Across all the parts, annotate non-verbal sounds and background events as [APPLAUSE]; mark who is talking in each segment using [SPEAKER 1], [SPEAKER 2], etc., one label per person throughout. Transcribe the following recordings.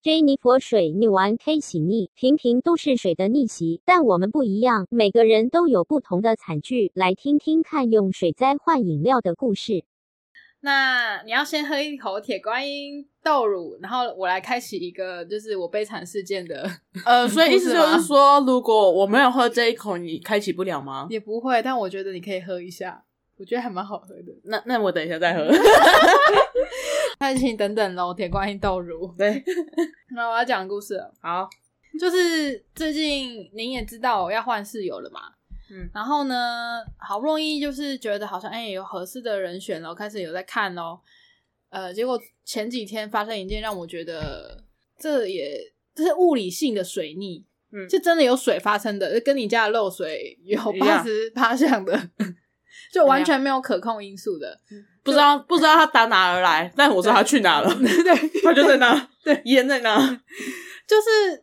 [SPEAKER 1] J 泥佛水逆完 K 喜逆，频频都是水的逆袭，但我们不一样，每个人都有不同的惨剧。来听听看用水灾换饮料的故事。
[SPEAKER 2] 那你要先喝一口铁观音豆乳，然后我来开启一个就是我悲惨事件的， [LAUGHS]
[SPEAKER 3] 呃，所以意思
[SPEAKER 2] 是
[SPEAKER 3] 就
[SPEAKER 2] 吗
[SPEAKER 3] 是说，如果我没有喝这一口，你开启不了吗？
[SPEAKER 2] 也不会，但我觉得你可以喝一下，我觉得还蛮好喝的。
[SPEAKER 3] 那那我等一下再喝。
[SPEAKER 2] [LAUGHS] 那请你等等喽，铁观音豆乳。 [LAUGHS]
[SPEAKER 3] 对，
[SPEAKER 2] 那我要讲故事了，
[SPEAKER 3] 好，
[SPEAKER 2] 就是最近您也知道我要换室友了嘛，
[SPEAKER 3] 嗯
[SPEAKER 2] 然后呢，好不容易就是觉得好像哎、有合适的人选了，开始有在看咯。呃，结果前几天发生一件让我觉得这也这是物理性的水逆，
[SPEAKER 3] 嗯
[SPEAKER 2] 这真的有水发生的，就跟你家的漏水有
[SPEAKER 3] 一
[SPEAKER 2] 八
[SPEAKER 3] 样
[SPEAKER 2] 十八项
[SPEAKER 3] [LAUGHS]
[SPEAKER 2] 的，就完全没有可控因素的。
[SPEAKER 3] 不知道不知道他打哪而来，但我知道他去哪了，
[SPEAKER 2] 对，
[SPEAKER 3] [LAUGHS] 他就在那，对，烟在那。
[SPEAKER 2] 就是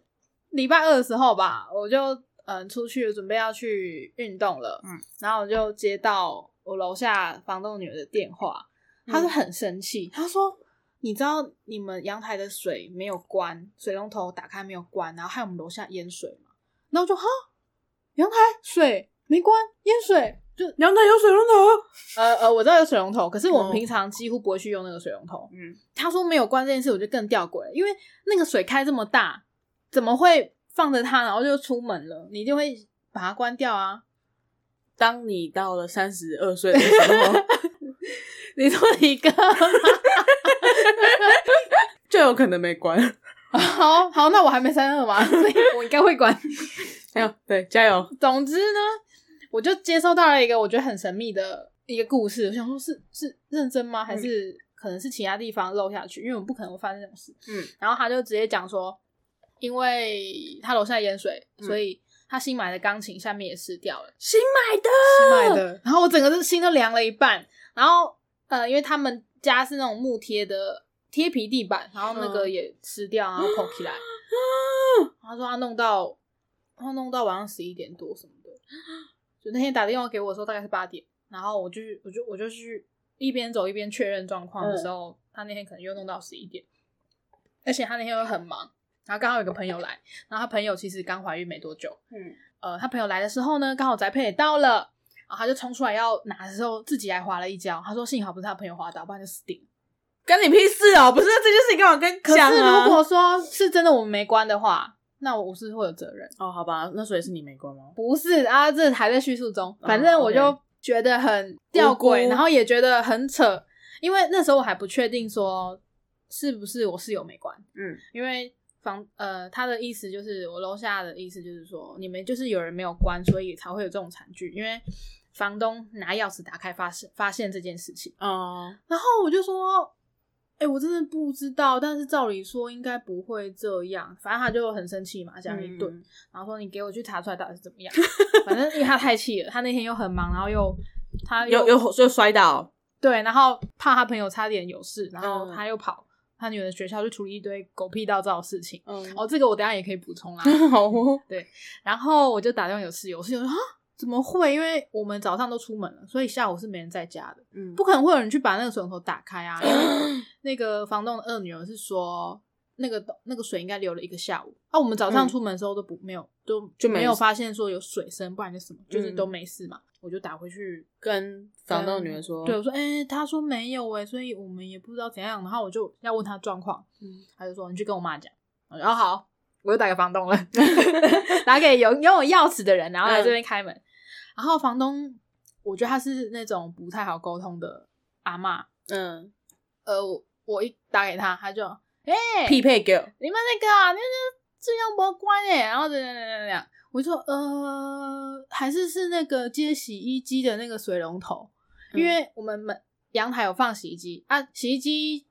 [SPEAKER 2] 礼拜二的时候吧，我就嗯出去准备要去运动了，
[SPEAKER 3] 嗯，
[SPEAKER 2] 然后我就接到我楼下房东女儿的电话，她是很生气，她说。你知道你们阳台的水没有关，水龙头打开没有关，然后害我们楼下淹水嘛？然后我就哈，阳台水没关，淹水就
[SPEAKER 3] 阳台有水龙头，
[SPEAKER 2] 呃呃，我知道有水龙头，可是我们
[SPEAKER 3] 哦
[SPEAKER 2] 平常几乎不会去用那个水龙头。
[SPEAKER 3] 嗯，
[SPEAKER 2] 他说没有关这件事，我就更吊诡了，因为那个水开这么大，怎么会放着它，然后就出门了？你一定会把它关掉啊！ [LAUGHS]
[SPEAKER 3] 当你到了三十二岁的时候，
[SPEAKER 2] [LAUGHS] 你说你哥吗，
[SPEAKER 3] [LAUGHS] 就有可能没关。
[SPEAKER 2] 好好，那我还没三二嘛， [LAUGHS] 所以我应该会关。
[SPEAKER 3] 还有，哎对，加油。
[SPEAKER 2] 总之呢，我就接收到了一个我觉得很神秘的一个故事，我想说是是认真吗？还是可能是其他地方漏下去？因为我不可能会发生这种事。
[SPEAKER 3] 嗯，
[SPEAKER 2] 然后他就直接讲说，因为他楼下淹水，所以他新买的钢琴下面也湿掉了。
[SPEAKER 3] 嗯新买的，
[SPEAKER 2] 新买的，然后我整个这心都凉了一半。然后呃，因为他们家是那种木贴的贴皮地板，然后那个
[SPEAKER 3] 嗯
[SPEAKER 2] 也湿掉，然后跑
[SPEAKER 3] [LAUGHS]
[SPEAKER 2] 起来。他说他弄到他弄到晚上十一点多什么的，就那天打电话给我的时候大概是八点，然后我就去我就我就去一边走一边确认状况
[SPEAKER 3] 嗯
[SPEAKER 2] 的时候，他那天可能又弄到十一点，而且他那天又很忙，然后刚好有个朋友来，然后他朋友其实刚怀孕没多久，
[SPEAKER 3] 嗯，
[SPEAKER 2] 呃，他朋友来的时候呢，刚好宅配也到了，然后他就冲出来要拿的时候，自己还滑了一跤，他说幸好不是他朋友滑倒，不然就死定了。
[SPEAKER 3] 干你屁事哦！不是这件事情干嘛跟你
[SPEAKER 2] 可
[SPEAKER 3] 讲
[SPEAKER 2] 是
[SPEAKER 3] 啊？
[SPEAKER 2] 如果说是真的我们没关的话，那我是会有责任。
[SPEAKER 3] 哦，好吧，那所以是你没关吗？
[SPEAKER 2] 不是啊，这还在叙述中。
[SPEAKER 3] 哦
[SPEAKER 2] 反正我就
[SPEAKER 3] OK
[SPEAKER 2] 觉得很吊
[SPEAKER 3] 无
[SPEAKER 2] 诡，
[SPEAKER 3] 辜
[SPEAKER 2] 然后也觉得很扯，因为那时候我还不确定说是不是我室友没关，
[SPEAKER 3] 嗯
[SPEAKER 2] 因为房呃他的意思就是我楼下的意思就是说你们就是有人没有关，所以才会有这种惨剧，因为房东拿钥匙打开发现发现这件事情，
[SPEAKER 3] 哦，
[SPEAKER 2] 然后我就说。哎、我真的不知道，但是照理说应该不会这样。反正他就很生气嘛，讲一顿。
[SPEAKER 3] 嗯
[SPEAKER 2] 然后说你给我去查出来到底是怎么样。反正因为他太气了，他那天又很忙，然后又他又
[SPEAKER 3] 有有就摔倒，
[SPEAKER 2] 对，然后怕他朋友差点有事，然后
[SPEAKER 3] 嗯
[SPEAKER 2] 他又跑他女儿的学校去处理一堆狗屁倒灶的事情。
[SPEAKER 3] 嗯，
[SPEAKER 2] 哦，这个我等一下也可以补充啦。
[SPEAKER 3] [LAUGHS] 好哦，
[SPEAKER 2] 然后我就打电话有室友，室友说啊怎么会？因为我们早上都出门了，所以下午是没人在家的，
[SPEAKER 3] 嗯
[SPEAKER 2] 不可能会有人去把那个水龙头打开啊。因
[SPEAKER 3] [LAUGHS]
[SPEAKER 2] 为那个房东的二女儿是说。那个那个水应该流了一个下午啊，我们早上
[SPEAKER 3] 嗯
[SPEAKER 2] 出门的时候都不没有，都
[SPEAKER 3] 就没
[SPEAKER 2] 没有
[SPEAKER 3] 事
[SPEAKER 2] 发现说有水声，不然就什么，就是
[SPEAKER 3] 嗯
[SPEAKER 2] 都没事嘛。我就打回去
[SPEAKER 3] 跟房东女儿说，
[SPEAKER 2] 对，我说，哎、他说没有哎、所以我们也不知道怎样。然后我就要问他状况，
[SPEAKER 3] 嗯
[SPEAKER 2] 他就说你去跟我妈讲。我说哦好，我又打给房东
[SPEAKER 3] [LAUGHS]
[SPEAKER 2] 了，打给有有我钥匙的人，然后
[SPEAKER 3] 嗯
[SPEAKER 2] 来这边开门。然后房东，我觉得他是那种不太好沟通的阿嬷。
[SPEAKER 3] 嗯，
[SPEAKER 2] 呃，我我一打给他，他就哎、
[SPEAKER 3] 匹配 girl，
[SPEAKER 2] 你们那个啊，那个质量不关哎、然后怎样怎样怎样，我就说呃，还是是那个接洗衣机的那个水龙头，
[SPEAKER 3] 嗯
[SPEAKER 2] 因为我们门阳台有放洗衣机啊，洗衣机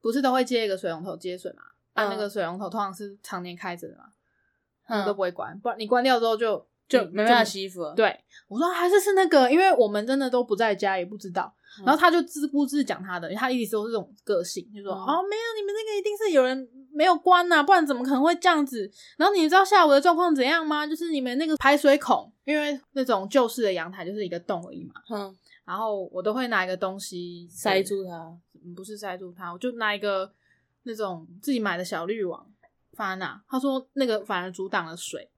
[SPEAKER 2] 不是都会接一个水龙头接水嘛？啊，
[SPEAKER 3] 嗯
[SPEAKER 2] 那个水龙头通常是常年开着的嘛，
[SPEAKER 3] 嗯
[SPEAKER 2] 我都不会关，不然你关掉之后就
[SPEAKER 3] 就没办法。洗衣服了，，
[SPEAKER 2] 对，我说还是是那个，因为我们真的都不在家，也不知道。
[SPEAKER 3] 嗯
[SPEAKER 2] 然后他就自顾自讲他的，因为他一直都是这种个性，就说、
[SPEAKER 3] 嗯
[SPEAKER 2] 哦没有，你们那个一定是有人没有关呐、不然怎么可能会这样子？然后你知道下午的状况怎样吗？就是你们那个排水孔，因为那种旧式的阳台就是一个洞而已嘛，
[SPEAKER 3] 嗯，
[SPEAKER 2] 然后我都会拿一个东西
[SPEAKER 3] 塞，住它，
[SPEAKER 2] 嗯不是塞住它，我就拿一个那种自己买的小滤网发那，他说那个反而阻挡了水，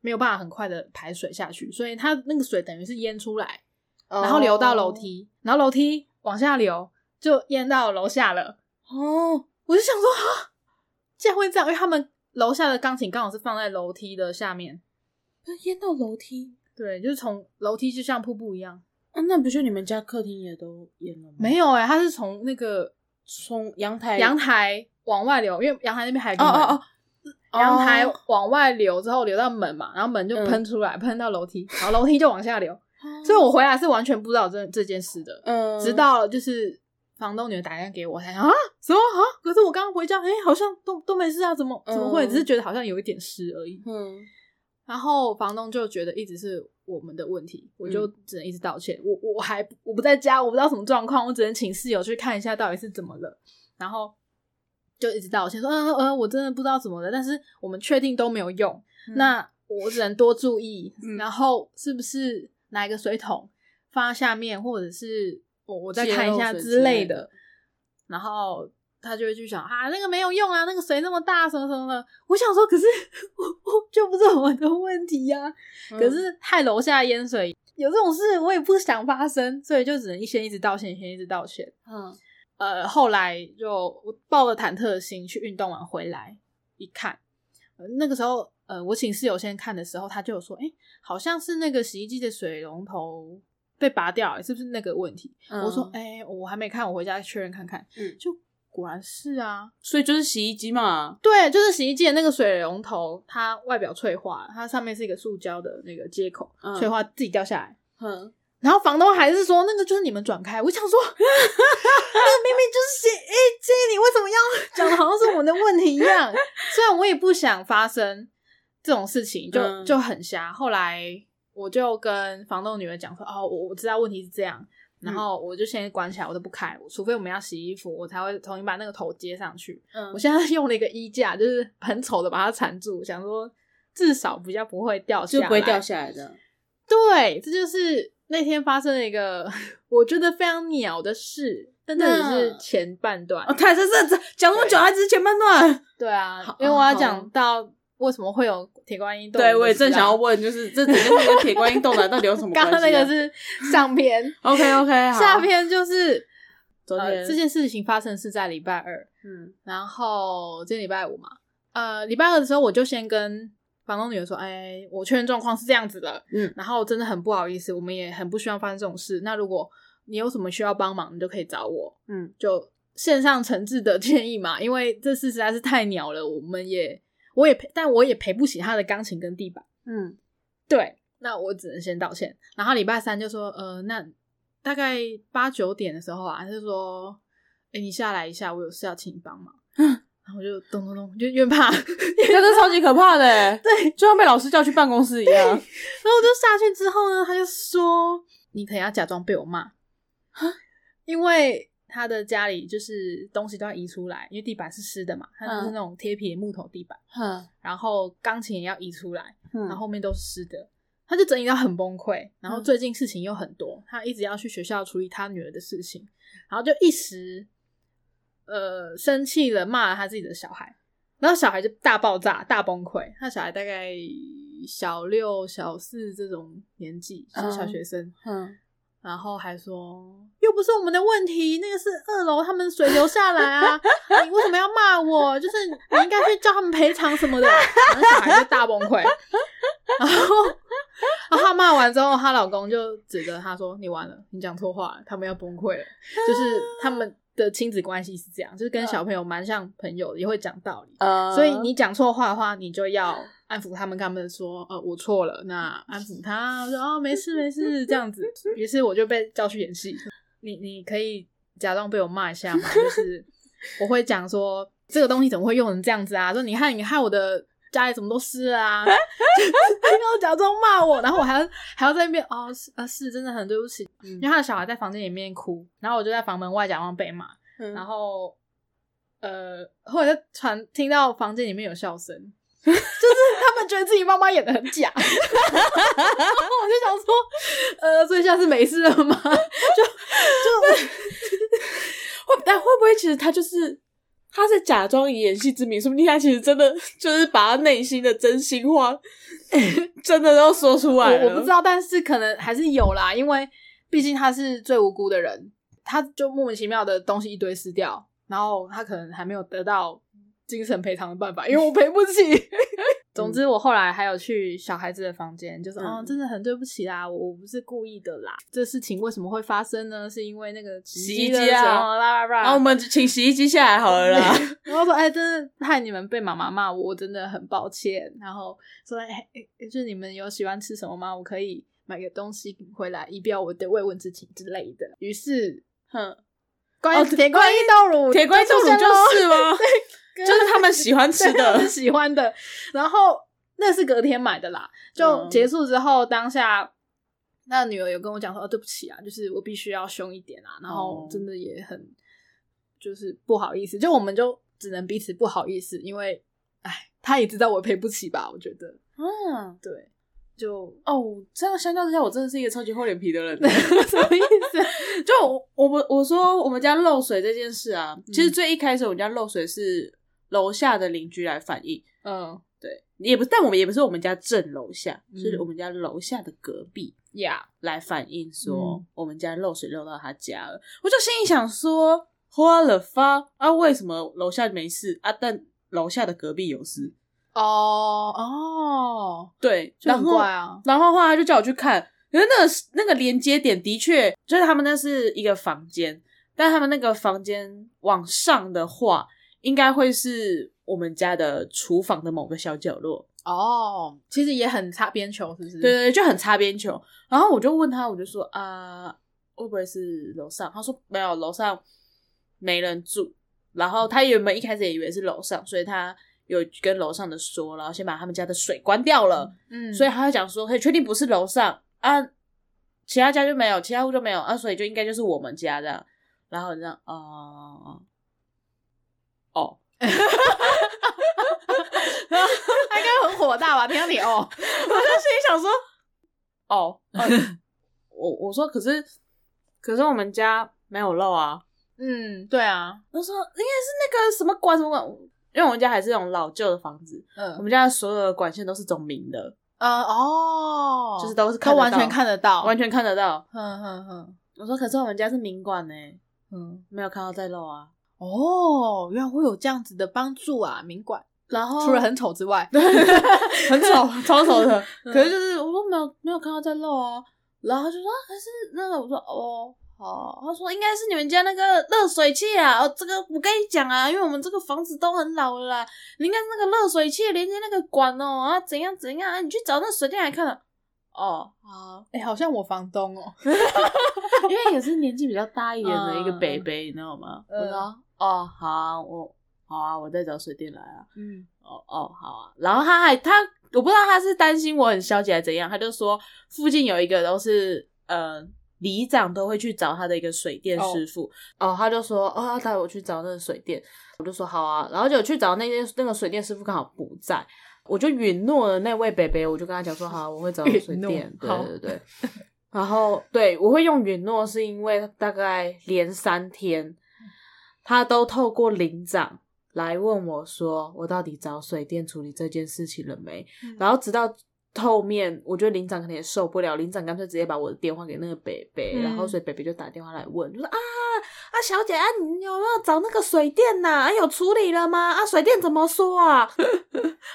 [SPEAKER 2] 没有办法很快的排水下去，所以它那个水等于是淹出来，然后流
[SPEAKER 3] 哦
[SPEAKER 2] 到楼梯，然后楼梯往下流，就淹到楼下了。
[SPEAKER 3] 哦，
[SPEAKER 2] 我就想说，啊，竟然会这样，因为他们楼下的钢琴刚好是放在楼梯的下面，
[SPEAKER 3] 那哦淹到楼梯
[SPEAKER 2] 对，就是从楼梯就像瀑布一样。
[SPEAKER 3] 啊，那不就你们家客厅也都淹了吗？
[SPEAKER 2] 没
[SPEAKER 3] 有，
[SPEAKER 2] 有哎、它是从那个
[SPEAKER 3] 从阳台
[SPEAKER 2] 阳台往外流，因为阳台那边还有一个
[SPEAKER 3] 哎哦
[SPEAKER 2] 门呃
[SPEAKER 3] 哦哦，
[SPEAKER 2] 阳台
[SPEAKER 3] 哦
[SPEAKER 2] 往外流之后流到门嘛，然后门就
[SPEAKER 3] 嗯哦
[SPEAKER 2] 喷出来，喷到楼梯，然后楼梯就往下流。所以我回来是完全不知道这这件事的，
[SPEAKER 3] 嗯，
[SPEAKER 2] 直到就是房东女儿打电话给我，我才想啊什么啊？可是我刚刚回家，哎、好像都都没事啊，怎么怎么会？
[SPEAKER 3] 嗯
[SPEAKER 2] 只是觉得好像有一点湿而已。
[SPEAKER 3] 嗯
[SPEAKER 2] 然后房东就觉得一直是我们的问题，我就只能一直道歉。我我我还我不在家，我不知道什么状况，我只能请室友去看一下到底是怎么了。然后就一直道歉说，嗯嗯嗯，我真的不知道怎么了，但是我们确定都没有用，那我只能多注意。
[SPEAKER 3] 嗯
[SPEAKER 2] 然后是不是拿一个水桶放在下面，或者是我我再
[SPEAKER 3] 接
[SPEAKER 2] 看一
[SPEAKER 3] 漏
[SPEAKER 2] 下
[SPEAKER 3] 水
[SPEAKER 2] 之
[SPEAKER 3] 之
[SPEAKER 2] 类
[SPEAKER 3] 类
[SPEAKER 2] 的
[SPEAKER 3] 的。
[SPEAKER 2] 然后他就会去想啊，那个没有用啊，那个水那么大，什么什么的。我想说，可是 [LAUGHS] 我我就不是我的问题呀、
[SPEAKER 3] 嗯
[SPEAKER 2] 可是害楼下淹水有这种事，我也不想发生，所以就只能一先一直道歉，一先一直道歉。
[SPEAKER 3] 嗯
[SPEAKER 2] 呃，后来就我抱着忐忑的心去运动完回来，一看，呃那个时候呃，我寝室有先看的时候，他就有说，哎、好像是那个洗衣机的水龙头被拔掉、是不是那个问题？
[SPEAKER 3] 嗯
[SPEAKER 2] 我说，哎、我还没看，我回家确认看看。
[SPEAKER 3] 嗯
[SPEAKER 2] 就果然是啊，
[SPEAKER 3] 所以就是洗衣机嘛，
[SPEAKER 2] 对，就是洗衣机的那个水龙头，它外表脆化，它上面是一个塑胶的那个接口，
[SPEAKER 3] 嗯
[SPEAKER 2] 脆化自己掉下来。
[SPEAKER 3] 嗯，
[SPEAKER 2] 然后房东还是说那个就是你们转开，我想说， [LAUGHS] 那个明明就是洗衣机，你为什
[SPEAKER 3] [LAUGHS]
[SPEAKER 2] 么要讲的好像是我们的问题一样？虽然我也不想发生这种事情，就
[SPEAKER 3] 嗯
[SPEAKER 2] 就很瞎。后来我就跟房东女儿讲说，哦，我我知道问题是这样，
[SPEAKER 3] 嗯
[SPEAKER 2] 然后我就先关起来，我都不开，除非我们要洗衣服，我才会重新把那个头接上去。
[SPEAKER 3] 嗯
[SPEAKER 2] 我现在用了一个衣架，就是很丑的把它缠住，想说至少比较不会掉下
[SPEAKER 3] 就
[SPEAKER 2] 来，
[SPEAKER 3] 不会掉下来的。
[SPEAKER 2] 对，这就是那天发生了一个 [LAUGHS] 我觉得非常鸟的事，但这
[SPEAKER 3] 那
[SPEAKER 2] 只是前半段。
[SPEAKER 3] 哦，他这这讲那么久，还只是前半段。
[SPEAKER 2] 对啊
[SPEAKER 3] 好，
[SPEAKER 2] 因为我要
[SPEAKER 3] 好哦
[SPEAKER 2] 讲到为什么会有铁观音洞。
[SPEAKER 3] 对，我也正想要
[SPEAKER 2] 要。 [LAUGHS]
[SPEAKER 3] 问，就是这整个跟铁观音 [LAUGHS] 洞南到底有什么关
[SPEAKER 2] 刚
[SPEAKER 3] 系啊？
[SPEAKER 2] 刚那个是上
[SPEAKER 3] [LAUGHS]
[SPEAKER 2] 篇，
[SPEAKER 3] OK OK，好
[SPEAKER 2] 下篇就是
[SPEAKER 3] 昨
[SPEAKER 2] 呃
[SPEAKER 3] 天
[SPEAKER 2] 这件事情发生是在礼拜二，
[SPEAKER 3] 嗯
[SPEAKER 2] 然后今天礼拜五嘛，呃，礼拜二的时候我就先跟房东女儿说，哎，我确认状况是这样子的，
[SPEAKER 3] 嗯
[SPEAKER 2] 然后真的很不好意思，我们也很不希望发生这种事。那如果你有什么需要帮忙，你就可以找我，
[SPEAKER 3] 嗯
[SPEAKER 2] 就线上诚挚的 [LAUGHS] 建议嘛，因为这事实在是太鸟了，我们也我也赔，但我也赔不起他的钢琴跟地板。
[SPEAKER 3] 嗯
[SPEAKER 2] 对，那我只能先道歉。然后礼拜三就说，呃，那大概八九点的时候啊，他就说，哎、你下来一下，我有事要请你帮忙。
[SPEAKER 3] 嗯
[SPEAKER 2] 然后我就咚咚咚，就有点怕，
[SPEAKER 3] 这个超级可怕的欸，
[SPEAKER 2] [LAUGHS] 对，
[SPEAKER 3] 就像被老师叫去办公室一样。
[SPEAKER 2] 然后我就下去之后呢，他就说你可能要假装被我骂， [LAUGHS] 因为他的家里就是东西都要移出来，因为地板是湿的嘛，他就是那种贴皮木头地板，
[SPEAKER 3] 哼，
[SPEAKER 2] 然后钢琴也要移出来，嗯然后
[SPEAKER 3] 然
[SPEAKER 2] 后面都是湿的，他就整理到很崩溃。然后
[SPEAKER 3] 嗯
[SPEAKER 2] 最近事情又很多，他一直要去学校处理他女儿的事情，然后就一时呃生气了，骂了他自己的小孩，然后小孩就大爆炸、大崩溃。他小孩大概小六、小四这种年纪，是小
[SPEAKER 3] 嗯
[SPEAKER 2] 学生。
[SPEAKER 3] 嗯，
[SPEAKER 2] 然后还说又不是我们的问题，那个是二楼他们水流下来啊， [LAUGHS] 你为什么要骂我？就是你应该去叫他们赔偿什么的。然后小孩就大崩溃，然后然后她骂完之后，她老公就指着她说：“你完了，你讲错话了，他们要崩溃了。”就是他们的亲子关系是这样，就是跟小朋友蛮像朋友的，也会讲道理。
[SPEAKER 3] 呃
[SPEAKER 2] 所以你讲错话的话，你就要安抚他们，跟他们说，呃，我错了，那安抚他，我说哦，没事没事，这样子。于是我就被叫去演戏，你你可以假装被我骂一下嘛，就是我会讲说这个东西怎么会用成这样子啊？说你看你害我的家里怎么都湿了啊，要假装骂我，然后我还要还要在那边哦是啊是真的很对不起，因为他的小孩在房间里面哭，然后我就在房门外假装被骂，
[SPEAKER 3] 嗯
[SPEAKER 2] 然后呃，后来就传听到房间里面有笑声， [LAUGHS] 就是他们觉得自己妈妈演的很假，然后我就想说，呃，所以下次没事了吗？
[SPEAKER 3] 会，但会不会其实他就是他是假装以演戏之名，说不定他其实真的 [LAUGHS] 就是把他内心的真心话， [LAUGHS] 真的都说出来了。
[SPEAKER 2] 我我不知，道，但是可能还是有啦，因为毕竟他是最无辜的人，他就莫名其妙的东西一堆撕掉，然后他可能还没有得到精神赔偿的办法，因为我赔不起。 [LAUGHS] 总之，我后来还有去小孩子的房间，就是、
[SPEAKER 3] 嗯
[SPEAKER 2] 哦，真的很对不起啦，我我不是故意的啦，这事情为什么会发生呢？是因为那个
[SPEAKER 3] 洗衣
[SPEAKER 2] 的
[SPEAKER 3] 机啊
[SPEAKER 2] 什么啦啦啦，
[SPEAKER 3] 然后我们请洗衣机下来好了啦。
[SPEAKER 2] [LAUGHS] 然后说：“哎、真的害你们被妈妈骂我，我真的很抱歉。”然后说：“哎、哎就是你们有喜欢吃什么吗？我可以买个东西回来，以表我的慰问之情之类的。”于是，
[SPEAKER 3] 哼，
[SPEAKER 2] 关
[SPEAKER 3] 哦
[SPEAKER 2] 于铁观音豆乳，
[SPEAKER 3] 铁观音豆乳
[SPEAKER 2] 就
[SPEAKER 3] 就是
[SPEAKER 2] [LAUGHS]
[SPEAKER 3] 吗？
[SPEAKER 2] 就
[SPEAKER 3] 就是他们喜欢吃
[SPEAKER 2] [LAUGHS]
[SPEAKER 3] 的，
[SPEAKER 2] 喜欢的。然后那是隔天买的啦，就
[SPEAKER 3] 嗯
[SPEAKER 2] 结束之后，当下那女儿有跟我讲说：“哦，对不起啊，就是我必须要凶一点啊。”然后
[SPEAKER 3] 哦
[SPEAKER 2] 真的也很就是不好意思，就我们就只能彼此不好意思，因为哎，她也知道我赔不起吧？我觉得
[SPEAKER 3] 嗯，
[SPEAKER 2] 对，就
[SPEAKER 3] 哦，这样相较之下，我真的是一个超级厚脸皮的人。
[SPEAKER 2] [LAUGHS] 什么意思？
[SPEAKER 3] [LAUGHS] 就我我不我说我们家漏水这件事啊，
[SPEAKER 2] 嗯
[SPEAKER 3] 其实最一开始我们家漏水是楼下的邻居来反映，
[SPEAKER 2] 嗯
[SPEAKER 3] 对，也不但我们也不是我们家正楼下，
[SPEAKER 2] 嗯
[SPEAKER 3] 是我们家楼下的隔壁
[SPEAKER 2] 呀，
[SPEAKER 3] 来反映说
[SPEAKER 2] 嗯
[SPEAKER 3] 我们家漏水漏到他家了，我就心里想说，花了发啊，为什么楼下没事啊，但楼下的隔壁有事？
[SPEAKER 2] 哦哦，
[SPEAKER 3] 对，
[SPEAKER 2] 就
[SPEAKER 3] 然
[SPEAKER 2] 很
[SPEAKER 3] 后
[SPEAKER 2] 怪啊，
[SPEAKER 3] 然后后来他就叫我去看，可是那个那个连接点的确就是他们那是一个房间，但他们那个房间往上的话，应该会是我们家的厨房的某个小角落。
[SPEAKER 2] 哦，其实也很擦边球，是不是？
[SPEAKER 3] 对对对，就很擦边球。然后我就问他，我就说啊、会不会是楼上？他说没有，楼上没人住。然后他原本一开始也以为是楼上，所以他有跟楼上的说，然后先把他们家的水关掉了。
[SPEAKER 2] 嗯，
[SPEAKER 3] 所以他会讲说，可以确定不是楼上啊，其他家就没有，其他户就没有啊，所以就应该就是我们家这样。然后我就这样，哦、哦，
[SPEAKER 2] 他应该很火大吧？听 [LAUGHS] 到你哦，
[SPEAKER 3] 我就心里想说，
[SPEAKER 2] [LAUGHS]
[SPEAKER 3] 哦，呃我我说可是可是我们家没有漏啊，
[SPEAKER 2] 嗯，对啊，
[SPEAKER 3] 他说应该是那个什么管什么管，因为我们家还是那种老旧的房子，
[SPEAKER 2] 嗯
[SPEAKER 3] 我们家所有的管线都是总明的，
[SPEAKER 2] 呃哦，
[SPEAKER 3] 就是都是
[SPEAKER 2] 他
[SPEAKER 3] 看得
[SPEAKER 2] 完
[SPEAKER 3] 到
[SPEAKER 2] 全看得到，
[SPEAKER 3] 完，全看得到。
[SPEAKER 2] 哼哼哼，
[SPEAKER 3] 我说可是我们家是明管呢、
[SPEAKER 2] 嗯，
[SPEAKER 3] 没有看到在漏啊。
[SPEAKER 2] 哦，原来会有这样子的帮助啊，明管
[SPEAKER 3] 然后
[SPEAKER 2] 除了很丑之外，
[SPEAKER 3] [LAUGHS] 很丑，超
[SPEAKER 2] [LAUGHS]
[SPEAKER 3] 丑的。
[SPEAKER 2] 嗯
[SPEAKER 3] 可是就是我说没有没有看到在漏啊，然后他就说啊可是那个我说哦好，他说应该是你们家那个热水器啊，哦这个我跟你讲啊，因为我们这个房子都很老了啦，你看那个热水器连接那个管哦啊怎样怎样啊，你去找那水电来看啊。哦好，
[SPEAKER 2] 哎、好像我房东哦，
[SPEAKER 3] [LAUGHS] 因为也是年纪比较大一点的一个
[SPEAKER 2] 嗯
[SPEAKER 3] 北北，你知道吗？
[SPEAKER 2] 嗯
[SPEAKER 3] 我说哦好啊，我好啊，我再找水电来啊。
[SPEAKER 2] 嗯，
[SPEAKER 3] 哦哦，好啊。然后他还他，我不知道他是担心我很消极还是怎样，他就说附近有一个都是呃里长都会去找他的一个水电师傅。哦他就说哦，要带我去找那个水电，我就说好啊。然后就去找那些那个水电师傅刚好不在。我就允诺了那位北北，我就跟他讲说，好啊，我会找水
[SPEAKER 2] 允诺
[SPEAKER 3] 电，对
[SPEAKER 2] 好
[SPEAKER 3] 对对。然后对我会用允诺，是因为大概连三天，他都透过领长来问我说，我到底找水电处理这件事情了没？
[SPEAKER 2] 嗯
[SPEAKER 3] 然后直到后面，我觉得领长可能也受不了，领长干脆直接把我的电话给那个北北，
[SPEAKER 2] 嗯
[SPEAKER 3] 然后所以北北就打电话来问，就说啊啊小姐啊，你有没有找那个水电呐、啊？有处理了吗？啊，水电怎么说啊？ [LAUGHS]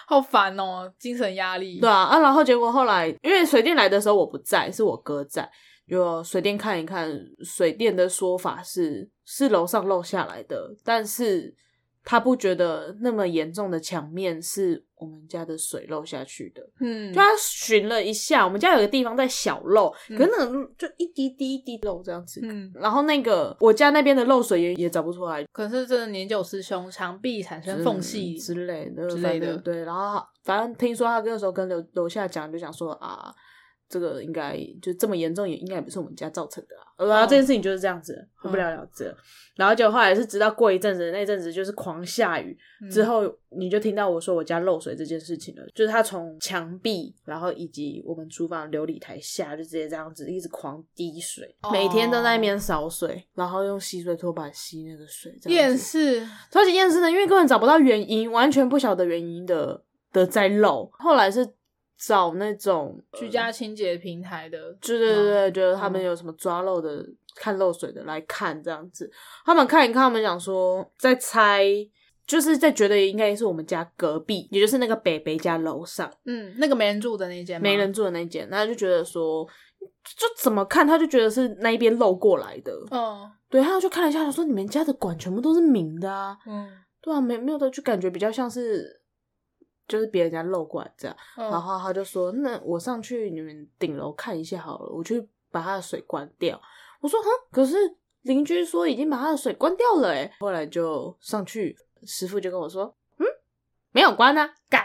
[SPEAKER 2] 好烦哦，精神压力，
[SPEAKER 3] 对啊，啊，然后结果后来，因为水电来的时候我不在，是我哥在，就水电看一看，水电的说法是是楼上漏下来的，但是他不觉得那么严重的墙面是我们家的水漏下去的，
[SPEAKER 2] 嗯，
[SPEAKER 3] 就他寻了一下，我们家有个地方在小漏，
[SPEAKER 2] 嗯
[SPEAKER 3] 可是那个就一滴滴一滴漏这样子。
[SPEAKER 2] 嗯，
[SPEAKER 3] 然后那个我家那边的漏水也也找不出来，
[SPEAKER 2] 可是真的年久失修，墙壁产生
[SPEAKER 3] 嗯
[SPEAKER 2] 缝隙
[SPEAKER 3] 之类的
[SPEAKER 2] 之类的
[SPEAKER 3] 反正对，然后反正听说他那时候跟楼楼下讲，就讲说啊，这个应该就这么严重，也应该也不是我们家造成的啊。
[SPEAKER 2] 哦
[SPEAKER 3] 然后这件事情就是这样子，就不了了
[SPEAKER 2] 嗯
[SPEAKER 3] 之了。然后结果后来是直到过一阵子，那阵子就是狂下雨，
[SPEAKER 2] 嗯
[SPEAKER 3] 之后你就听到我说我家漏水这件事情了，就是它从墙壁，然后以及我们厨房琉璃台下，就直接这样子一直狂滴水，
[SPEAKER 2] 哦
[SPEAKER 3] 每天都在那边扫水，然后用吸水拖把吸那个水，这样
[SPEAKER 2] 厌
[SPEAKER 3] 子
[SPEAKER 2] 世，
[SPEAKER 3] 超级厌世的，因为根本找不到原因，完全不晓得原因的的在漏。后来是找那种
[SPEAKER 2] 居家清洁平台的，
[SPEAKER 3] 对对对对，就是他们
[SPEAKER 2] 嗯
[SPEAKER 3] 有什么抓漏的、看漏水的来看这样子，他们看一看，他们想说在猜，就是在觉得应该是我们家隔壁，也就是那个北北家楼上
[SPEAKER 2] 嗯，那个没人住的那间吗，
[SPEAKER 3] 没人住的那间，他就觉得说。就怎么看，他就觉得是那一边漏过来的。
[SPEAKER 2] 嗯
[SPEAKER 3] 对，他就看了一下，他说：“你们家的管全部都是明的啊。
[SPEAKER 2] 嗯”
[SPEAKER 3] 对啊，没没有的，就感觉比较像是就是别人家漏过来这样。
[SPEAKER 2] 嗯，
[SPEAKER 3] 然后他就说：“那我上去你们顶楼看一下好了，我去把他的水关掉。”我说：“哼，可是邻居说已经把他的水关掉了、欸，哎。”后来就上去，师傅就跟我说：“嗯，没有关啊，干。”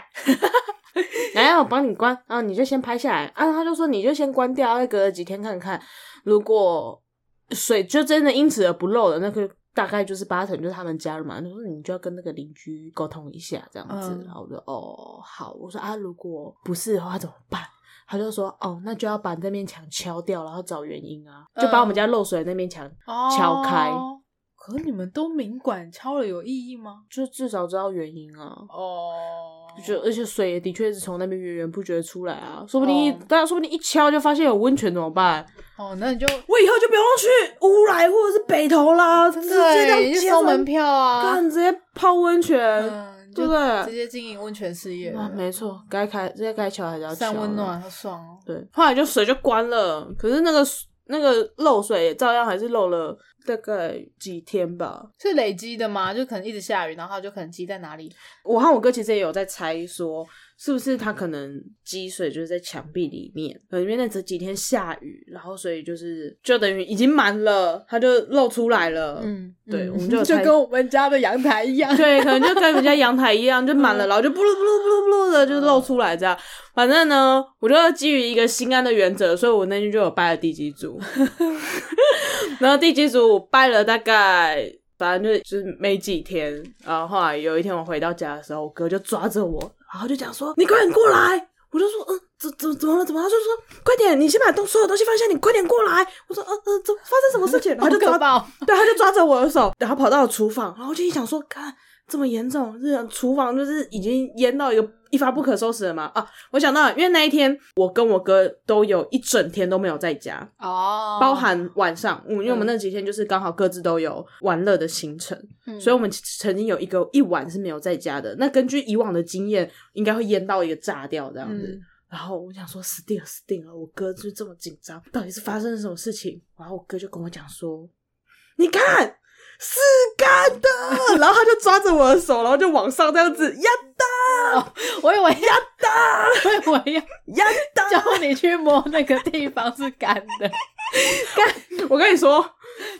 [SPEAKER 3] 来，我帮你关，啊，你就先拍下来。啊，他就说你就先关掉，再隔了几天看看，如果水就真的因此而不漏了，那个大概就是八成就是他们家了嘛。他说你就要跟那个邻居沟通一下这样子，
[SPEAKER 2] 嗯
[SPEAKER 3] 然后我就哦好，我说啊如果不是的话怎么办？他就说哦那就要把那面墙敲掉，然后找原因啊，
[SPEAKER 2] 嗯
[SPEAKER 3] 就把我们家漏水的那面墙、敲开
[SPEAKER 2] 哦。可你们都明管敲了有意义吗？
[SPEAKER 3] 就至少知道原因啊。
[SPEAKER 2] 哦，
[SPEAKER 3] 就而且水也的确是从那边源源不绝出来啊，说不定一
[SPEAKER 2] 哦
[SPEAKER 3] 大家、说不定一敲就发现有温泉怎么办？
[SPEAKER 2] 哦，那你就
[SPEAKER 3] 我以后就不用去乌来或者是北投啦，直
[SPEAKER 2] 真
[SPEAKER 3] 接
[SPEAKER 2] 的欸，
[SPEAKER 3] 这
[SPEAKER 2] 你
[SPEAKER 3] 样
[SPEAKER 2] 就
[SPEAKER 3] 接
[SPEAKER 2] 收门，票啊，
[SPEAKER 3] 干直接泡温泉，
[SPEAKER 2] 嗯，
[SPEAKER 3] 对
[SPEAKER 2] 就
[SPEAKER 3] 不
[SPEAKER 2] 直
[SPEAKER 3] 对？
[SPEAKER 2] 接经营温泉事业
[SPEAKER 3] 啊
[SPEAKER 2] 了，，
[SPEAKER 3] 没错，该开这该桥还是要桥
[SPEAKER 2] 散
[SPEAKER 3] 的
[SPEAKER 2] 温暖，。好爽哦。
[SPEAKER 3] 对，后来就水就关了，可是那个水那个漏水也照样还是漏了大概几天吧。
[SPEAKER 2] 是累积的吗？就可能一直下雨，然后它就可能积在哪里？
[SPEAKER 3] 我和我哥其实也有在猜说，是不是他可能积水就是在墙壁里面，可能因为那这几天下雨，然后所以就是就等于已经满了，它就漏出来了。。
[SPEAKER 2] 嗯，
[SPEAKER 3] 呃对
[SPEAKER 2] 嗯
[SPEAKER 3] 我
[SPEAKER 2] [LAUGHS]
[SPEAKER 3] 们就有
[SPEAKER 2] 就
[SPEAKER 3] 猜
[SPEAKER 2] 跟我们家的阳台
[SPEAKER 3] [LAUGHS]
[SPEAKER 2] 一样。
[SPEAKER 3] 对，可能就跟人家阳台一样，就满了，然后就布噜布噜布噜布噜的就露出来这样。反正呢，我就基于一个心安的原则，所以我那天就有掰了地基组，然后地基组我掰了大概。反正就就是没几天，然后后来有一天我回到家的时候，我哥就抓着我，然后就讲说：“你快点过来！”我就说：“嗯，怎怎怎么了？怎么了？”他就说：“快点，你先把东所有东西放下，你快点过来！”我说：“嗯、呃、嗯，怎么发生什么事情？”然后
[SPEAKER 2] 好
[SPEAKER 3] 就抓
[SPEAKER 2] 可怕哦！
[SPEAKER 3] 对，他就抓着我的手，然后跑到了厨房，然后我就一想说，看这么严重，这个厨房就是已经淹到一个一发不可收拾了嘛。啊，我想到了，因为那一天我跟我哥都有一整天都没有在家，
[SPEAKER 2] 哦
[SPEAKER 3] 包含晚上，嗯，因为我们那几天就是刚好各自都有玩乐的行程，
[SPEAKER 2] 嗯
[SPEAKER 3] 所以我们曾经有一个一晚是没有在家的。那根据以往的经验，应该会淹到一个炸掉这样子。
[SPEAKER 2] 嗯 [LAUGHS]
[SPEAKER 3] 然后我想说死定了，死定了！我哥就这么紧张，到底是发生了什么事情？然后我哥就跟我讲说：“你看，是干的。” [LAUGHS] 然后他就抓着我的手，然后就往上这样子压哒
[SPEAKER 2] 我以为要，
[SPEAKER 3] 哒
[SPEAKER 2] [LAUGHS] 我以为要
[SPEAKER 3] 压哒。
[SPEAKER 2] 教你去摸那个地方是干的，
[SPEAKER 3] 我跟你说，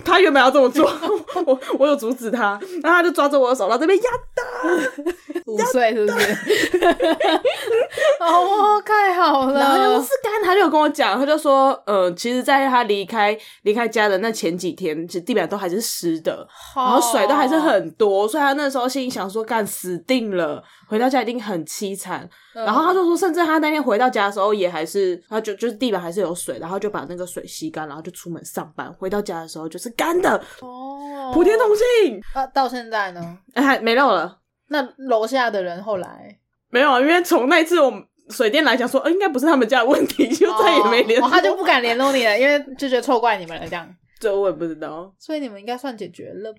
[SPEAKER 3] 他原本要这么做， [LAUGHS] 我我有阻止他，然后他就抓着我的手，然后这边压
[SPEAKER 2] 五岁是不是？
[SPEAKER 3] [LAUGHS]
[SPEAKER 2] 哦，太好
[SPEAKER 3] 然后他就说
[SPEAKER 2] 了
[SPEAKER 3] 是，干，他就跟我讲，他就说，呃，其实，在他离开离开家的那前几天，其实地板都还是湿的，然后水都还是
[SPEAKER 2] 哦
[SPEAKER 3] 很多，所以他那时候心里想说，干死定了，回到家一定很凄惨。
[SPEAKER 2] 嗯。
[SPEAKER 3] 然后他就说，甚至他那天回到家的时候，也还是，他就就是地板还是有水，然后就把那个水吸干，然后就出门上班。回到家的时候就是干的，
[SPEAKER 2] 哦，
[SPEAKER 3] 普天同庆，
[SPEAKER 2] 啊，到现在呢？
[SPEAKER 3] 哎，还没漏了，
[SPEAKER 2] 那楼下的人后来
[SPEAKER 3] 没有啊，因为从那次我们水电来讲说，呃，应该不是他们家的问题，就再也没联
[SPEAKER 2] 哦
[SPEAKER 3] 络。
[SPEAKER 2] 哦他就不敢联络你了，因为就觉得错怪你们了这样。
[SPEAKER 3] 这我也不知道。
[SPEAKER 2] 所以你们应该算解决了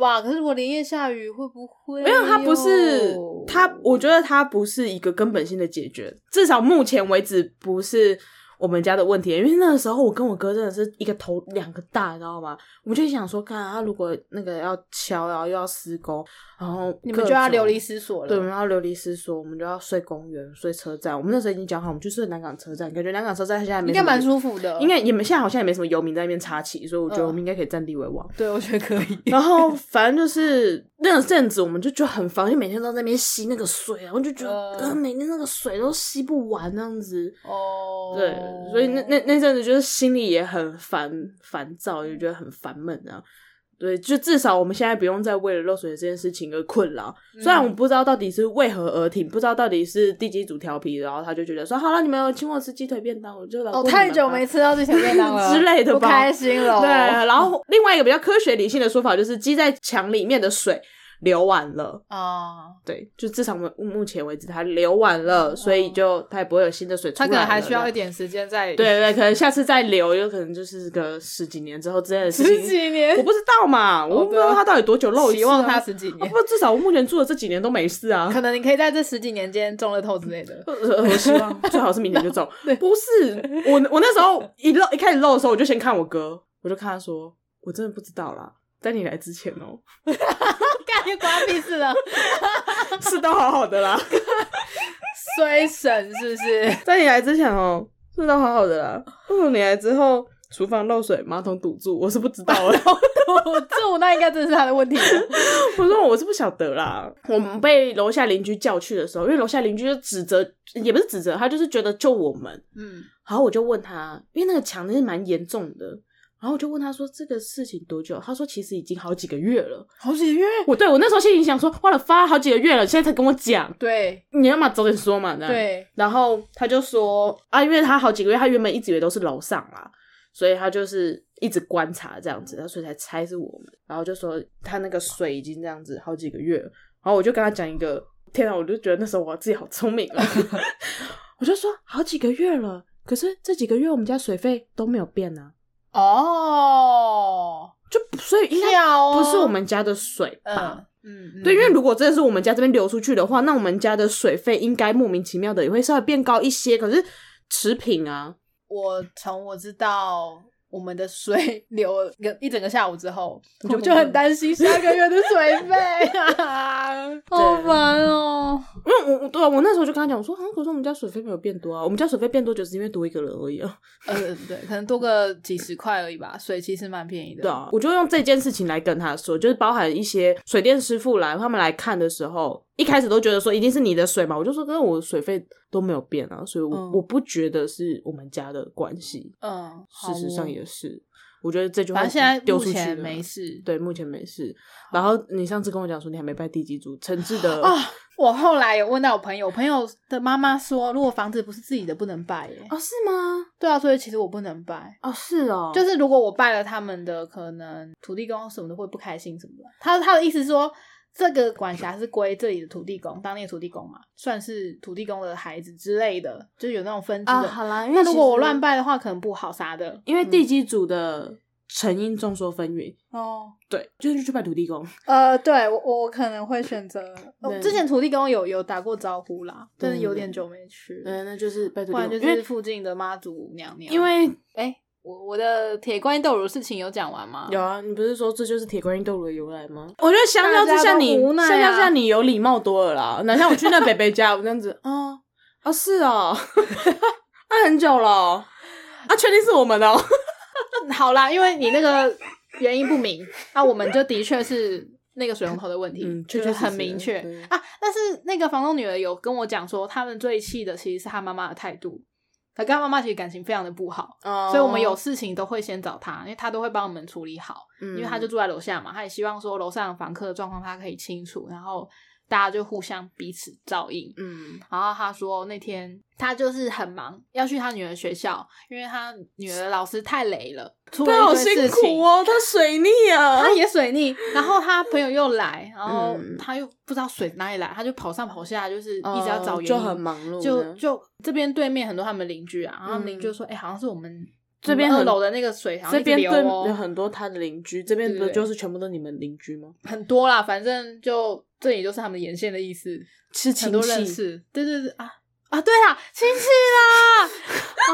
[SPEAKER 2] 吧？可是如果连夜下雨，会不会
[SPEAKER 3] 没有，他不是
[SPEAKER 2] 哟
[SPEAKER 3] 他，我觉得他不是一个根本性的解决，至少目前为止不是我们家的问题。因为那个时候我跟我哥真的是一个头两个大，你知道吗？我就想说，看他如果那个要敲，然后又要施工，然后
[SPEAKER 2] 你们
[SPEAKER 3] 各
[SPEAKER 2] 就要
[SPEAKER 3] 种
[SPEAKER 2] 流离。失所了。
[SPEAKER 3] 对，我们要流离失所，我们就要睡公园、睡车站。我们那时候已经讲好，我们就睡南港车站。感觉南港车站现在没
[SPEAKER 2] 应该
[SPEAKER 3] 什么
[SPEAKER 2] 蛮舒服的，嗯
[SPEAKER 3] 应该也没现在好像也没什么游民在那边插旗，所以我觉得我们应该可以占地为王。
[SPEAKER 2] 对我觉得可以。
[SPEAKER 3] 然后反正就是那阵子我们就觉得很烦，因为每天都在那边吸那个水啊，我就觉
[SPEAKER 4] 哦
[SPEAKER 3] 得、
[SPEAKER 2] 呃
[SPEAKER 3] 呃、每天那个水都吸不完那样子。
[SPEAKER 2] 哦
[SPEAKER 3] 对，所以那那那阵子就是心里也很烦烦躁，就觉得很烦闷啊。对，就至少我们现在不用再为了漏水这件事情而困扰。虽然我
[SPEAKER 4] 嗯
[SPEAKER 3] 不知道到底是为何而停，不知道到底是第几组调皮，然后他就觉得说好了，你们有请我吃鸡腿便当，我就来
[SPEAKER 4] 哦，
[SPEAKER 3] 过你
[SPEAKER 4] 太
[SPEAKER 3] 们
[SPEAKER 4] 久
[SPEAKER 3] 吧
[SPEAKER 4] 没吃到这些便当了
[SPEAKER 3] 之类的
[SPEAKER 4] 不
[SPEAKER 3] 吧
[SPEAKER 4] 开心
[SPEAKER 2] 哦
[SPEAKER 4] 了。
[SPEAKER 3] 对，然后另外一个比较科学理性的说法就是，积在墙里面的水流完了，
[SPEAKER 2] 啊，
[SPEAKER 3] 对，就至少目目前为止它流完了，所以就它也不会有新的水出
[SPEAKER 2] 他
[SPEAKER 3] 来
[SPEAKER 2] 哦可
[SPEAKER 3] 了。
[SPEAKER 2] 能还需要一点时间再
[SPEAKER 3] 对。对对，可能下次再流，有可能就是个十几年之后之类的事情。
[SPEAKER 2] 十几年
[SPEAKER 3] 我不知道嘛，我不知道它到底多久 [LAUGHS] 漏一次啊、
[SPEAKER 2] 希望他十几
[SPEAKER 3] 啊
[SPEAKER 2] 年
[SPEAKER 3] 不，过至少我目前住的这几年都没事
[SPEAKER 2] [LAUGHS]
[SPEAKER 3] 啊。
[SPEAKER 2] 可能你可以在这十几年间中了透之类的。
[SPEAKER 3] 呃呃我
[SPEAKER 2] [LAUGHS]
[SPEAKER 3] 希望最好是明天就走。不是我，我那时候一漏一开始漏的时候，我就先看我哥，我就看他说，我真的不知道啦，在你来之前哦、
[SPEAKER 4] 干就关屁事了。
[SPEAKER 3] [LAUGHS] 是都好好的啦，
[SPEAKER 2] [LAUGHS] 衰神是不是？ [LAUGHS]
[SPEAKER 3] 在你来之前哦，是都好好的啦。为什么你来之后厨房漏水、马桶堵住，我是不 [LAUGHS] 知道啦。
[SPEAKER 4] 我住那应该真的是他的问题了。
[SPEAKER 3] [LAUGHS] 我说我是不晓得啦。我们被楼下邻居叫去的时候，因为楼下邻居就指责，也不是指责，他就是觉得就我们。
[SPEAKER 2] 嗯，
[SPEAKER 3] 然后我就问他，因为那个墙真是蛮严重的，然后我就问他说这个事情多久？他说其实已经好几个月了。
[SPEAKER 2] 好几个月。
[SPEAKER 3] 我对我那时候心里想说，花了发好几个月了，现在才跟我讲，
[SPEAKER 2] 对
[SPEAKER 3] 你要么早点说嘛，这样。
[SPEAKER 2] 对，
[SPEAKER 3] 然后他就说啊，因为他好几个月，他原本一直以为都是楼上啦，所以他就是一直观察这样子，他所以才猜是我们。然后就说他那个水已经这样子好几个月了。然后我就跟他讲一个，天啊，我就觉得那时候我自己好聪明啊，我就说好几个月了，可是这几个月我们家水费都没有变啊，
[SPEAKER 2] 哦，
[SPEAKER 3] 就所以应该
[SPEAKER 2] 跳哦，
[SPEAKER 3] 不是我们家的水吧？
[SPEAKER 2] 嗯嗯，
[SPEAKER 3] 对，因为
[SPEAKER 2] 嗯
[SPEAKER 3] 如果真的是我们家这边流出去的话，那我们家的水费应该莫名其妙的也会稍微变高一些，可是持平啊。
[SPEAKER 2] 我从我知道我们的水 [LAUGHS] 流了一个一整个下午之后，
[SPEAKER 3] 你就
[SPEAKER 2] 我就很担心下个月的水费
[SPEAKER 3] [LAUGHS]
[SPEAKER 2] 啊，好
[SPEAKER 3] 哎
[SPEAKER 2] 烦哦。
[SPEAKER 3] 因为我我对啊，我那时候就跟他讲，我说，啊，可是我们家水费没有变多啊，我们家水费变多就是因为多一个人而已啊。 [LAUGHS]
[SPEAKER 2] 呃，对，可能多个几十块而已吧，水其实蛮便宜的。
[SPEAKER 3] 对啊，我就用这件事情来跟他说，就是包含一些水电师傅来他们来看的时候，一开始都觉得说一定是你的水嘛，我就说，可是我的水费都没有变啊，所以我、
[SPEAKER 2] 嗯
[SPEAKER 3] 我不觉得是我们家的关系。
[SPEAKER 2] 嗯，好
[SPEAKER 3] 事实上
[SPEAKER 2] 哦
[SPEAKER 3] 也是，我觉得这句话
[SPEAKER 2] 反正现在
[SPEAKER 3] 丢
[SPEAKER 2] 目
[SPEAKER 3] 出去
[SPEAKER 2] 前
[SPEAKER 3] 了
[SPEAKER 2] 没事。
[SPEAKER 3] 对，目前没事。然后你上次跟我讲说你还没拜第几组，诚挚的
[SPEAKER 2] 啊、我后来有问到我朋友，我朋友的妈妈说，如果房子不是自己的，不能拜耶。
[SPEAKER 3] 哦，是吗？
[SPEAKER 2] 对啊，所以其实我不能拜。
[SPEAKER 3] 哦，是哦，
[SPEAKER 2] 就是如果我拜了他们的，可能土地公什么的会不开心什么的。他他的意思是说，这个管辖是归这里的土地公，当地的土地公嘛，算是土地公的孩子之类的，就是有那种分支
[SPEAKER 3] 啊，
[SPEAKER 2] 的。
[SPEAKER 3] 好啦，因
[SPEAKER 2] 那
[SPEAKER 3] 为
[SPEAKER 2] 如
[SPEAKER 3] 其
[SPEAKER 2] 果
[SPEAKER 3] 实
[SPEAKER 2] 我乱，拜的话，可能不好啥的。
[SPEAKER 3] 因为地基组的成因众说纷纭，
[SPEAKER 4] 哦，
[SPEAKER 3] 对，就是去拜土地公，
[SPEAKER 4] 呃，对我我我可能会选择
[SPEAKER 2] 哦
[SPEAKER 3] 对
[SPEAKER 2] 之前土地公有有打过招呼啦，但是
[SPEAKER 3] 对
[SPEAKER 2] 有
[SPEAKER 3] 对
[SPEAKER 2] 点久没去。
[SPEAKER 3] 嗯，那就是拜土
[SPEAKER 2] 不
[SPEAKER 3] 地
[SPEAKER 2] 然
[SPEAKER 3] 公，
[SPEAKER 2] 就
[SPEAKER 3] 因
[SPEAKER 2] 是
[SPEAKER 3] 为
[SPEAKER 2] 附近的妈祖娘娘。
[SPEAKER 3] 因为
[SPEAKER 2] 哎、我我的铁观音豆乳事情有讲完吗？
[SPEAKER 3] [LAUGHS] 有啊，你不是说这就是铁观音豆乳的由来吗？我觉得相较之
[SPEAKER 2] 大家
[SPEAKER 3] 下
[SPEAKER 2] 都
[SPEAKER 3] 你，
[SPEAKER 2] 无奈啊
[SPEAKER 3] 相较之下你有礼貌多了啦，哪像我去那北北家，我这样子，哦，哦是哦， [LAUGHS] 那很久了哦，啊，确定是我们哦，
[SPEAKER 2] [LAUGHS] 好啦，因为你那个原因不
[SPEAKER 3] [LAUGHS]
[SPEAKER 2] 明，那、我们就的确是那个水龙头的问题，
[SPEAKER 3] 嗯
[SPEAKER 2] 就
[SPEAKER 3] 确
[SPEAKER 2] 是
[SPEAKER 3] 确实实
[SPEAKER 2] 很明确
[SPEAKER 3] 对
[SPEAKER 2] 啊。但是那个房东女儿有跟我讲说，他们最气的其实是他妈妈的态度，他跟他妈妈其实感情非常的不好，
[SPEAKER 3] 哦
[SPEAKER 2] 所以我们有事情都会先找他，因为他都会帮我们处理好，
[SPEAKER 3] 嗯，
[SPEAKER 2] 因为他就住在楼下嘛，他也希望说楼上房客的状况他可以清楚，然后大家就互相彼此照应，
[SPEAKER 3] 嗯
[SPEAKER 2] 然后他说那天他就是很忙，要去他女儿学校，因为他女儿老师太累了，出了
[SPEAKER 3] 他啊好
[SPEAKER 2] 一堆
[SPEAKER 3] 辛
[SPEAKER 2] 事情。
[SPEAKER 3] 苦哦，他水逆啊，
[SPEAKER 2] 他也水逆，然后他朋友又来，然后
[SPEAKER 3] 嗯
[SPEAKER 2] 他又不知道水哪里来，他就跑上跑下，就是一直要找原
[SPEAKER 3] 哦
[SPEAKER 2] 因，
[SPEAKER 3] 就很忙碌呢，
[SPEAKER 2] 就就这边对面很多他们邻居啊，然后他们邻居就说：“哎、好像是我们
[SPEAKER 3] 嗯这边
[SPEAKER 2] 我们二
[SPEAKER 3] 很
[SPEAKER 2] 楼的那个水，好像
[SPEAKER 3] 这
[SPEAKER 2] 一直
[SPEAKER 3] 边
[SPEAKER 2] 流
[SPEAKER 3] 对
[SPEAKER 2] 哦
[SPEAKER 3] 有很多他的邻居，这边
[SPEAKER 2] 对
[SPEAKER 3] 不
[SPEAKER 2] 对对
[SPEAKER 3] 就是全部都你们邻居吗？
[SPEAKER 2] 很多啦，反正就这里就是他们沿线的意思。”
[SPEAKER 3] 是
[SPEAKER 2] 很
[SPEAKER 3] 亲
[SPEAKER 2] 多认
[SPEAKER 3] 戚。
[SPEAKER 2] 识，对对对啊啊，对啦，亲 [LAUGHS] 戚啦，啊，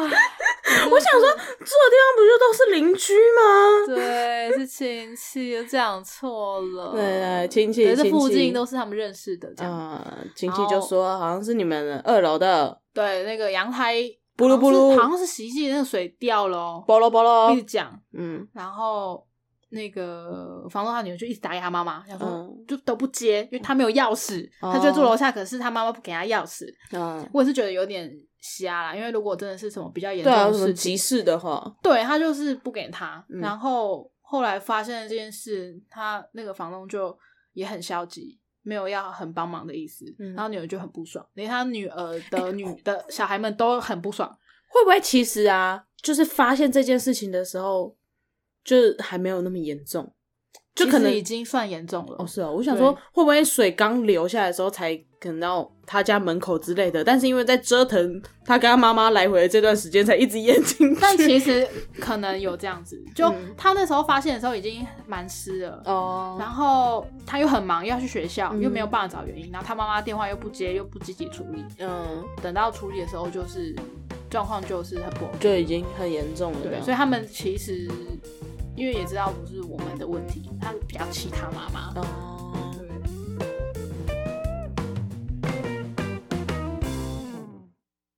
[SPEAKER 2] 我想说，
[SPEAKER 3] 住的地方不就都是邻居吗？
[SPEAKER 2] 对，是亲戚，就讲错了，
[SPEAKER 3] 对对亲戚
[SPEAKER 2] 对这
[SPEAKER 3] 亲
[SPEAKER 2] 附
[SPEAKER 3] 戚
[SPEAKER 2] 近都是他们认识的，这样、
[SPEAKER 3] 啊、亲戚就说好像是你们二楼的，
[SPEAKER 2] 对，那个阳台
[SPEAKER 3] 咕噜咕
[SPEAKER 2] 好像是
[SPEAKER 3] 噜
[SPEAKER 2] 好像是洗衣机那个水掉了哦，
[SPEAKER 3] 包喽包喽
[SPEAKER 2] 一直，讲，
[SPEAKER 3] 嗯，
[SPEAKER 2] 然后。那个房东他女儿就一直打给他妈妈，想说、
[SPEAKER 3] 嗯
[SPEAKER 2] 就都不接，因为他没有钥匙，
[SPEAKER 3] 哦
[SPEAKER 2] 他就住楼下，可是他妈妈不给他钥匙。
[SPEAKER 3] 嗯，
[SPEAKER 2] 我也是觉得有点瞎啦，因为如果真的是什么比较严
[SPEAKER 3] [LAUGHS] 对
[SPEAKER 2] 重
[SPEAKER 3] 啊，有
[SPEAKER 2] 的
[SPEAKER 3] 什么
[SPEAKER 2] 事
[SPEAKER 3] 急
[SPEAKER 2] 情，
[SPEAKER 3] 事的话，
[SPEAKER 2] 对他就是不给他。
[SPEAKER 3] 嗯
[SPEAKER 2] 然后后来发现了这件事，他那个房东就也很消极，没有要很帮忙的意思。
[SPEAKER 3] 嗯哎
[SPEAKER 2] 然后女儿就很不爽，连他女儿的女的小孩们都很不爽。
[SPEAKER 3] 会不会其实啊，就是发现这件事情的时候，就是还没有那么严重，就可
[SPEAKER 2] 其实
[SPEAKER 3] 能
[SPEAKER 2] 已经算严重了。
[SPEAKER 3] 哦，是哦，我想说
[SPEAKER 2] 对
[SPEAKER 3] 会不会水刚流下来的时候才可能到他家门口之类的，但是因为在折腾他跟他妈妈来回的这段时间，才一直淹进去。 [LAUGHS]
[SPEAKER 2] 但其实可能有这样子，就
[SPEAKER 3] 嗯
[SPEAKER 2] 他那时候发现的时候已经蛮湿了，
[SPEAKER 3] 哦，
[SPEAKER 2] 然后他又很忙，又要去学校，
[SPEAKER 3] 嗯
[SPEAKER 2] 又没有办法找原因，然后他妈妈电话又不接，又不积极处理，
[SPEAKER 3] 嗯，
[SPEAKER 2] 等到处理的时候就是状况就是很不 OK，
[SPEAKER 3] 就已经很严重了啊这
[SPEAKER 2] 对，
[SPEAKER 3] 样。
[SPEAKER 2] 所以他们其实因为也知道不是我们的问题，他比较气他妈妈，
[SPEAKER 3] 哦，